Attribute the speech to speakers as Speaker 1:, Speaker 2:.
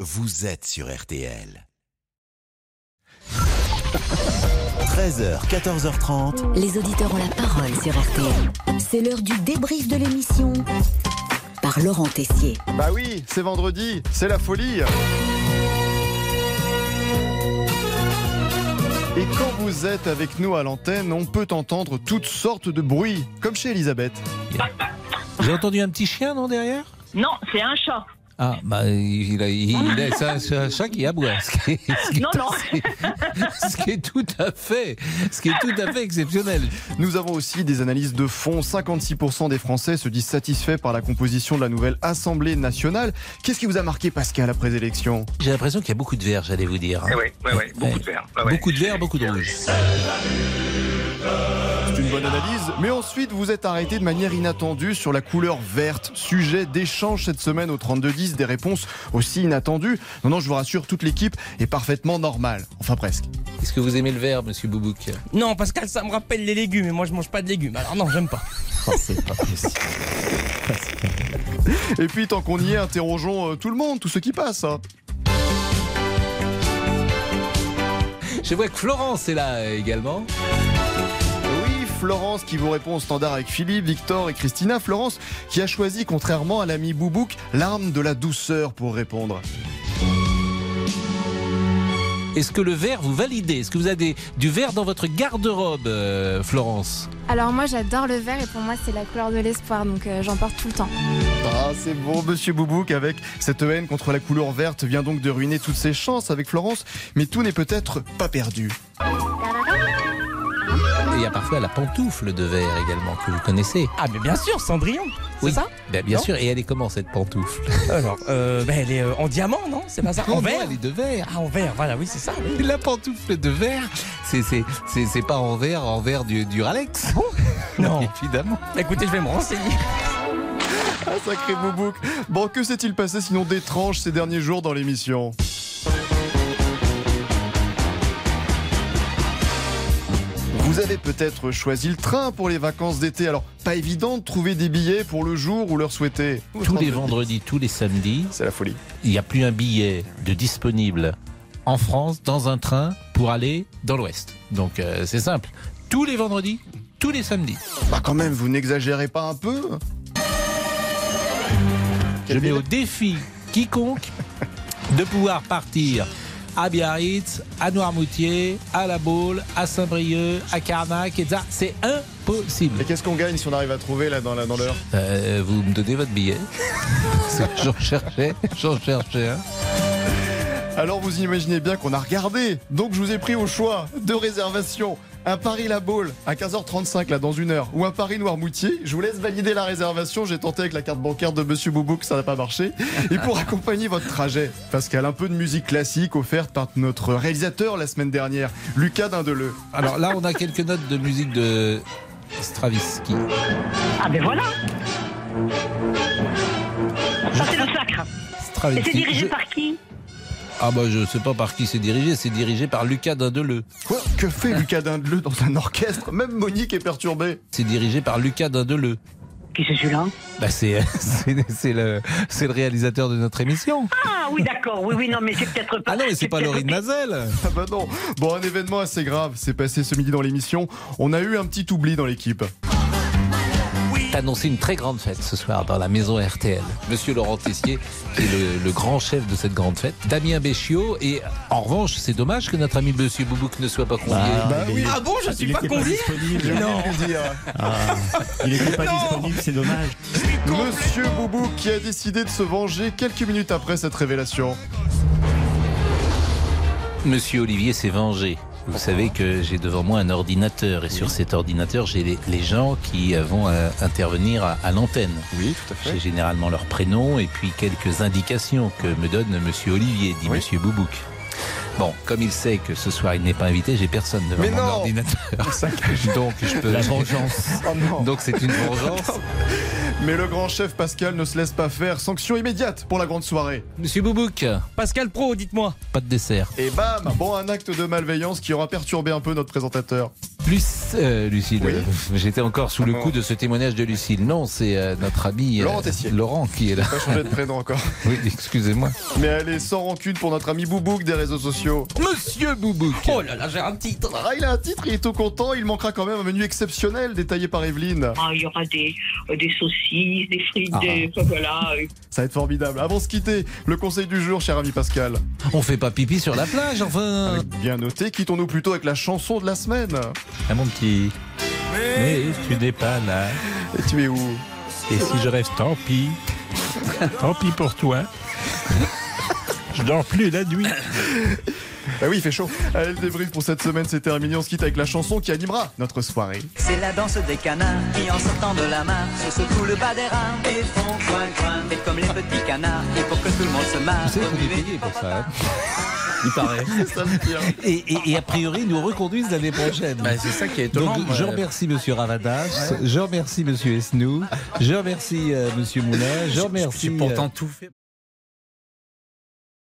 Speaker 1: vous êtes sur RTL. 13h, 14h30.
Speaker 2: Les auditeurs ont la parole sur RTL. C'est l'heure du débrief de l'émission par Laurent Tessier.
Speaker 3: Bah oui, c'est vendredi, c'est la folie. Et quand vous êtes avec nous à l'antenne, on peut entendre toutes sortes de bruits, comme chez Elisabeth.
Speaker 4: J'ai entendu un petit chien, non, derrière
Speaker 5: Non, c'est un chat.
Speaker 4: Ah, bah, il a, il a- c'est un- c'est un chat qui aboie, ce qui est, ce qui est
Speaker 5: Non, non.
Speaker 4: assez- ce qui est tout à fait, ce qui est tout à fait exceptionnel.
Speaker 3: Nous avons aussi des analyses de fond. 56% des Français se disent satisfaits par la composition de la nouvelle Assemblée nationale. Qu'est-ce qui vous a marqué, Pascal, après élection
Speaker 4: J'ai l'impression qu'il y a beaucoup de verre, j'allais vous dire. hein.
Speaker 6: Eh ouais, ouais, ouais, beaucoup de verre. Ouais, ouais.
Speaker 4: Beaucoup de verre, beaucoup de rouge.
Speaker 3: C'est une bonne analyse. Mais ensuite, vous êtes arrêté de manière inattendue sur la couleur verte. Sujet d'échange cette semaine au 32-10, des réponses aussi inattendues. Non, non, je vous rassure, toute l'équipe est parfaitement normale. Enfin, presque.
Speaker 4: Est-ce que vous aimez le verre, monsieur Boubouk
Speaker 7: Non, Pascal, ça me rappelle les légumes et moi je mange pas de légumes. Alors non, j'aime pas.
Speaker 4: Oh, c'est pas possible.
Speaker 3: Et puis, tant qu'on y est, interrogeons euh, tout le monde, tous ceux qui passent. hein.
Speaker 4: Je vois que Florence est là euh, également.
Speaker 3: Oui, Florence qui vous répond au standard avec Philippe, Victor et Christina. Florence qui a choisi, contrairement à l'ami Boubouk, l'arme de la douceur pour répondre.
Speaker 4: Est-ce que le verre vous validez Est-ce que vous avez des- du verre dans votre garde-robe, euh, Florence
Speaker 8: Alors moi j'adore le vert et pour moi c'est la couleur de l'espoir donc euh, j'en porte tout le temps.
Speaker 3: Ah, c'est bon, monsieur Boubouk, avec cette haine contre la couleur verte vient donc de ruiner toutes ses chances avec Florence, mais tout n'est peut-être pas perdu.
Speaker 4: Et il y a parfois la pantoufle de verre également que vous connaissez.
Speaker 7: Ah, mais bien sûr, Cendrillon. C'est
Speaker 4: Oui.
Speaker 7: ça
Speaker 4: Ben, bien
Speaker 7: Non
Speaker 4: sûr. Et elle est comment cette pantoufle
Speaker 7: Alors, euh, ben, elle est euh, en diamant, non C'est pas ça En
Speaker 4: Non,
Speaker 7: verre
Speaker 4: Elle est de verre.
Speaker 7: Ah, en verre, voilà, oui, c'est ça. oui.
Speaker 4: La pantoufle de verre, c'est c'est- c'est- c'est pas en verre, en verre du, du Ralex.
Speaker 7: Non.
Speaker 4: Évidemment.
Speaker 7: Écoutez, je vais me renseigner.
Speaker 3: Ah, sacré Boubouk Bon, que s'est-il passé sinon d'étrange ces derniers jours dans l'émission Vous avez peut-être choisi le train pour les vacances d'été, alors pas évident de trouver des billets pour le jour où leur souhaitez.
Speaker 4: Tous les vendredis, tous les samedis,
Speaker 3: C'est la folie.
Speaker 4: il n'y a plus un billet de disponible en France dans un train pour aller dans l'Ouest. Donc euh, c'est simple. Tous les vendredis, tous les samedis.
Speaker 3: Bah quand même, vous n'exagérez pas un peu
Speaker 4: Je mets au défi quiconque de pouvoir partir à Biarritz, à Noirmoutier, à La Baule, à Saint-Brieuc, à Carnac, et ça, c'est impossible.
Speaker 3: Et qu'est-ce qu'on gagne si on arrive à trouver là dans la- dans l'heure
Speaker 4: Euh, vous me donnez votre billet Parce que J'en cherchais, j'en cherchais un.
Speaker 3: Alors vous imaginez bien qu'on a regardé. Donc je vous ai pris au choix deux réservations. Un Paris-La Baule à 15h35 là dans une heure ou un Paris-Noirmoutier. Je vous laisse valider la réservation. J'ai tenté avec la carte bancaire de Monsieur Boubou que ça n'a pas marché. Et pour accompagner votre trajet, Pascal, un peu de musique classique offerte par notre réalisateur la semaine dernière, Lucas Dindeleu.
Speaker 4: Alors là, on a quelques notes de musique de Stravinsky.
Speaker 5: Ah ben voilà, ça c'est le sacre. Et c'est
Speaker 4: Stravinsky.
Speaker 5: dirigé
Speaker 4: Je-
Speaker 5: par qui
Speaker 4: Ah bah je sais pas par qui c'est dirigé, c'est dirigé par Lucas Dindeleu.
Speaker 3: Quoi Que fait Lucas Dindeleu dans un orchestre Même Monique est perturbée.
Speaker 4: C'est dirigé par Lucas Dindeleu.
Speaker 5: Qui c'est celui-là
Speaker 4: Bah c'est c'est- c'est le, c'est le réalisateur de notre émission.
Speaker 5: Ah oui d'accord, oui oui non mais c'est peut-être pas.
Speaker 4: Ah non, mais c'est pas
Speaker 5: peut-être-
Speaker 4: Laurine Mazel.
Speaker 3: Ah bah non. Bon, un événement assez grave s'est passé ce midi dans l'émission. On a eu un petit oubli dans l'équipe.
Speaker 4: T'as annoncé une très grande fête ce soir dans la maison RTL. Monsieur Laurent Tessier, qui est le, le grand chef de cette grande fête, Damien Béchiot, et en revanche, c'est dommage que notre ami Monsieur Boubouk ne soit pas convié.
Speaker 3: Bah oui.
Speaker 7: Ah bon, je suis
Speaker 9: Il
Speaker 7: pas
Speaker 9: était pas
Speaker 7: convié
Speaker 9: disponible.
Speaker 7: Non.
Speaker 9: Ah, il était pas
Speaker 7: Non.
Speaker 9: disponible, c'est dommage.
Speaker 3: Monsieur Boubou qui a décidé de se venger quelques minutes après cette révélation.
Speaker 4: Monsieur Olivier s'est vengé. Vous savez que j'ai devant moi un ordinateur et sur cet ordinateur, j'ai les, les gens qui euh, vont euh, intervenir à, à l'antenne.
Speaker 3: Oui, tout à
Speaker 4: J'ai généralement leur prénom et puis quelques indications que me donne Monsieur Olivier, dit Monsieur Boubouk. Bon, comme il sait que ce soir il n'est pas invité, j'ai personne devant
Speaker 3: Mais
Speaker 4: mon
Speaker 3: non
Speaker 4: ordinateur. Donc je peux. La vengeance. Donc c'est une vengeance.
Speaker 3: Mais le grand chef Pascal ne se laisse pas faire. Sanction immédiate pour la grande soirée.
Speaker 4: Monsieur Boubouk,
Speaker 7: Pascal Pro, dites-moi.
Speaker 4: pas de dessert.
Speaker 3: Et bam Bon, un acte de malveillance qui aura perturbé un peu notre présentateur.
Speaker 4: Luc- euh, Lucille,
Speaker 3: Oui.
Speaker 4: euh, j'étais encore sous le coup de ce témoignage de Lucille. Non, c'est euh, notre ami
Speaker 3: Laurent Tessier.
Speaker 4: Laurent qui est là.
Speaker 3: Pas changer de prénom encore.
Speaker 4: Oui, excusez-moi.
Speaker 3: Mais allez, sans rancune pour notre ami Boubouk des réseaux sociaux.
Speaker 4: Monsieur Boubouk.
Speaker 7: Oh là là, j'ai un titre.
Speaker 3: Ah, il a un titre, il est tout content, il manquera quand même un menu exceptionnel détaillé par Evelyne.
Speaker 5: Ah, il y aura des, euh, des saucisses, des frites,
Speaker 4: Ah.
Speaker 5: des- enfin, voilà. euh,
Speaker 3: Ça va être formidable. Avant de se quitter, le conseil du jour, cher ami Pascal.
Speaker 4: On fait pas pipi sur la plage, enfin.
Speaker 3: Bien noté, quittons-nous plutôt avec la chanson de la semaine.
Speaker 9: Ah, mon petit. Mais tu dépannes. hein.
Speaker 3: Et tu es où
Speaker 9: Et si je reste, tant pis. tant pis pour toi. Je dors plus la nuit.
Speaker 3: Bah oui, il fait chaud. Allez, le débrief pour cette semaine, c'est terminé. On se quitte avec la chanson qui animera notre soirée.
Speaker 10: C'est la danse des canards qui en sortant de la mare se secouent le bas des rats et font coin coin. Faites comme les petits canards et pour que tout le monde se marre.
Speaker 4: Vous savez qu'on
Speaker 10: remuez
Speaker 4: est payé pour ça. hein Il paraît.
Speaker 3: C'est ça le pire.
Speaker 4: Et, et- et a priori, ils nous reconduisent l'année prochaine.
Speaker 9: Bah,
Speaker 7: c'est ça qui est
Speaker 4: Donc, je remercie Monsieur Ravadas, je remercie Monsieur Esnou, je remercie euh, Monsieur Moulin, je remercie. euh,
Speaker 7: tout fait.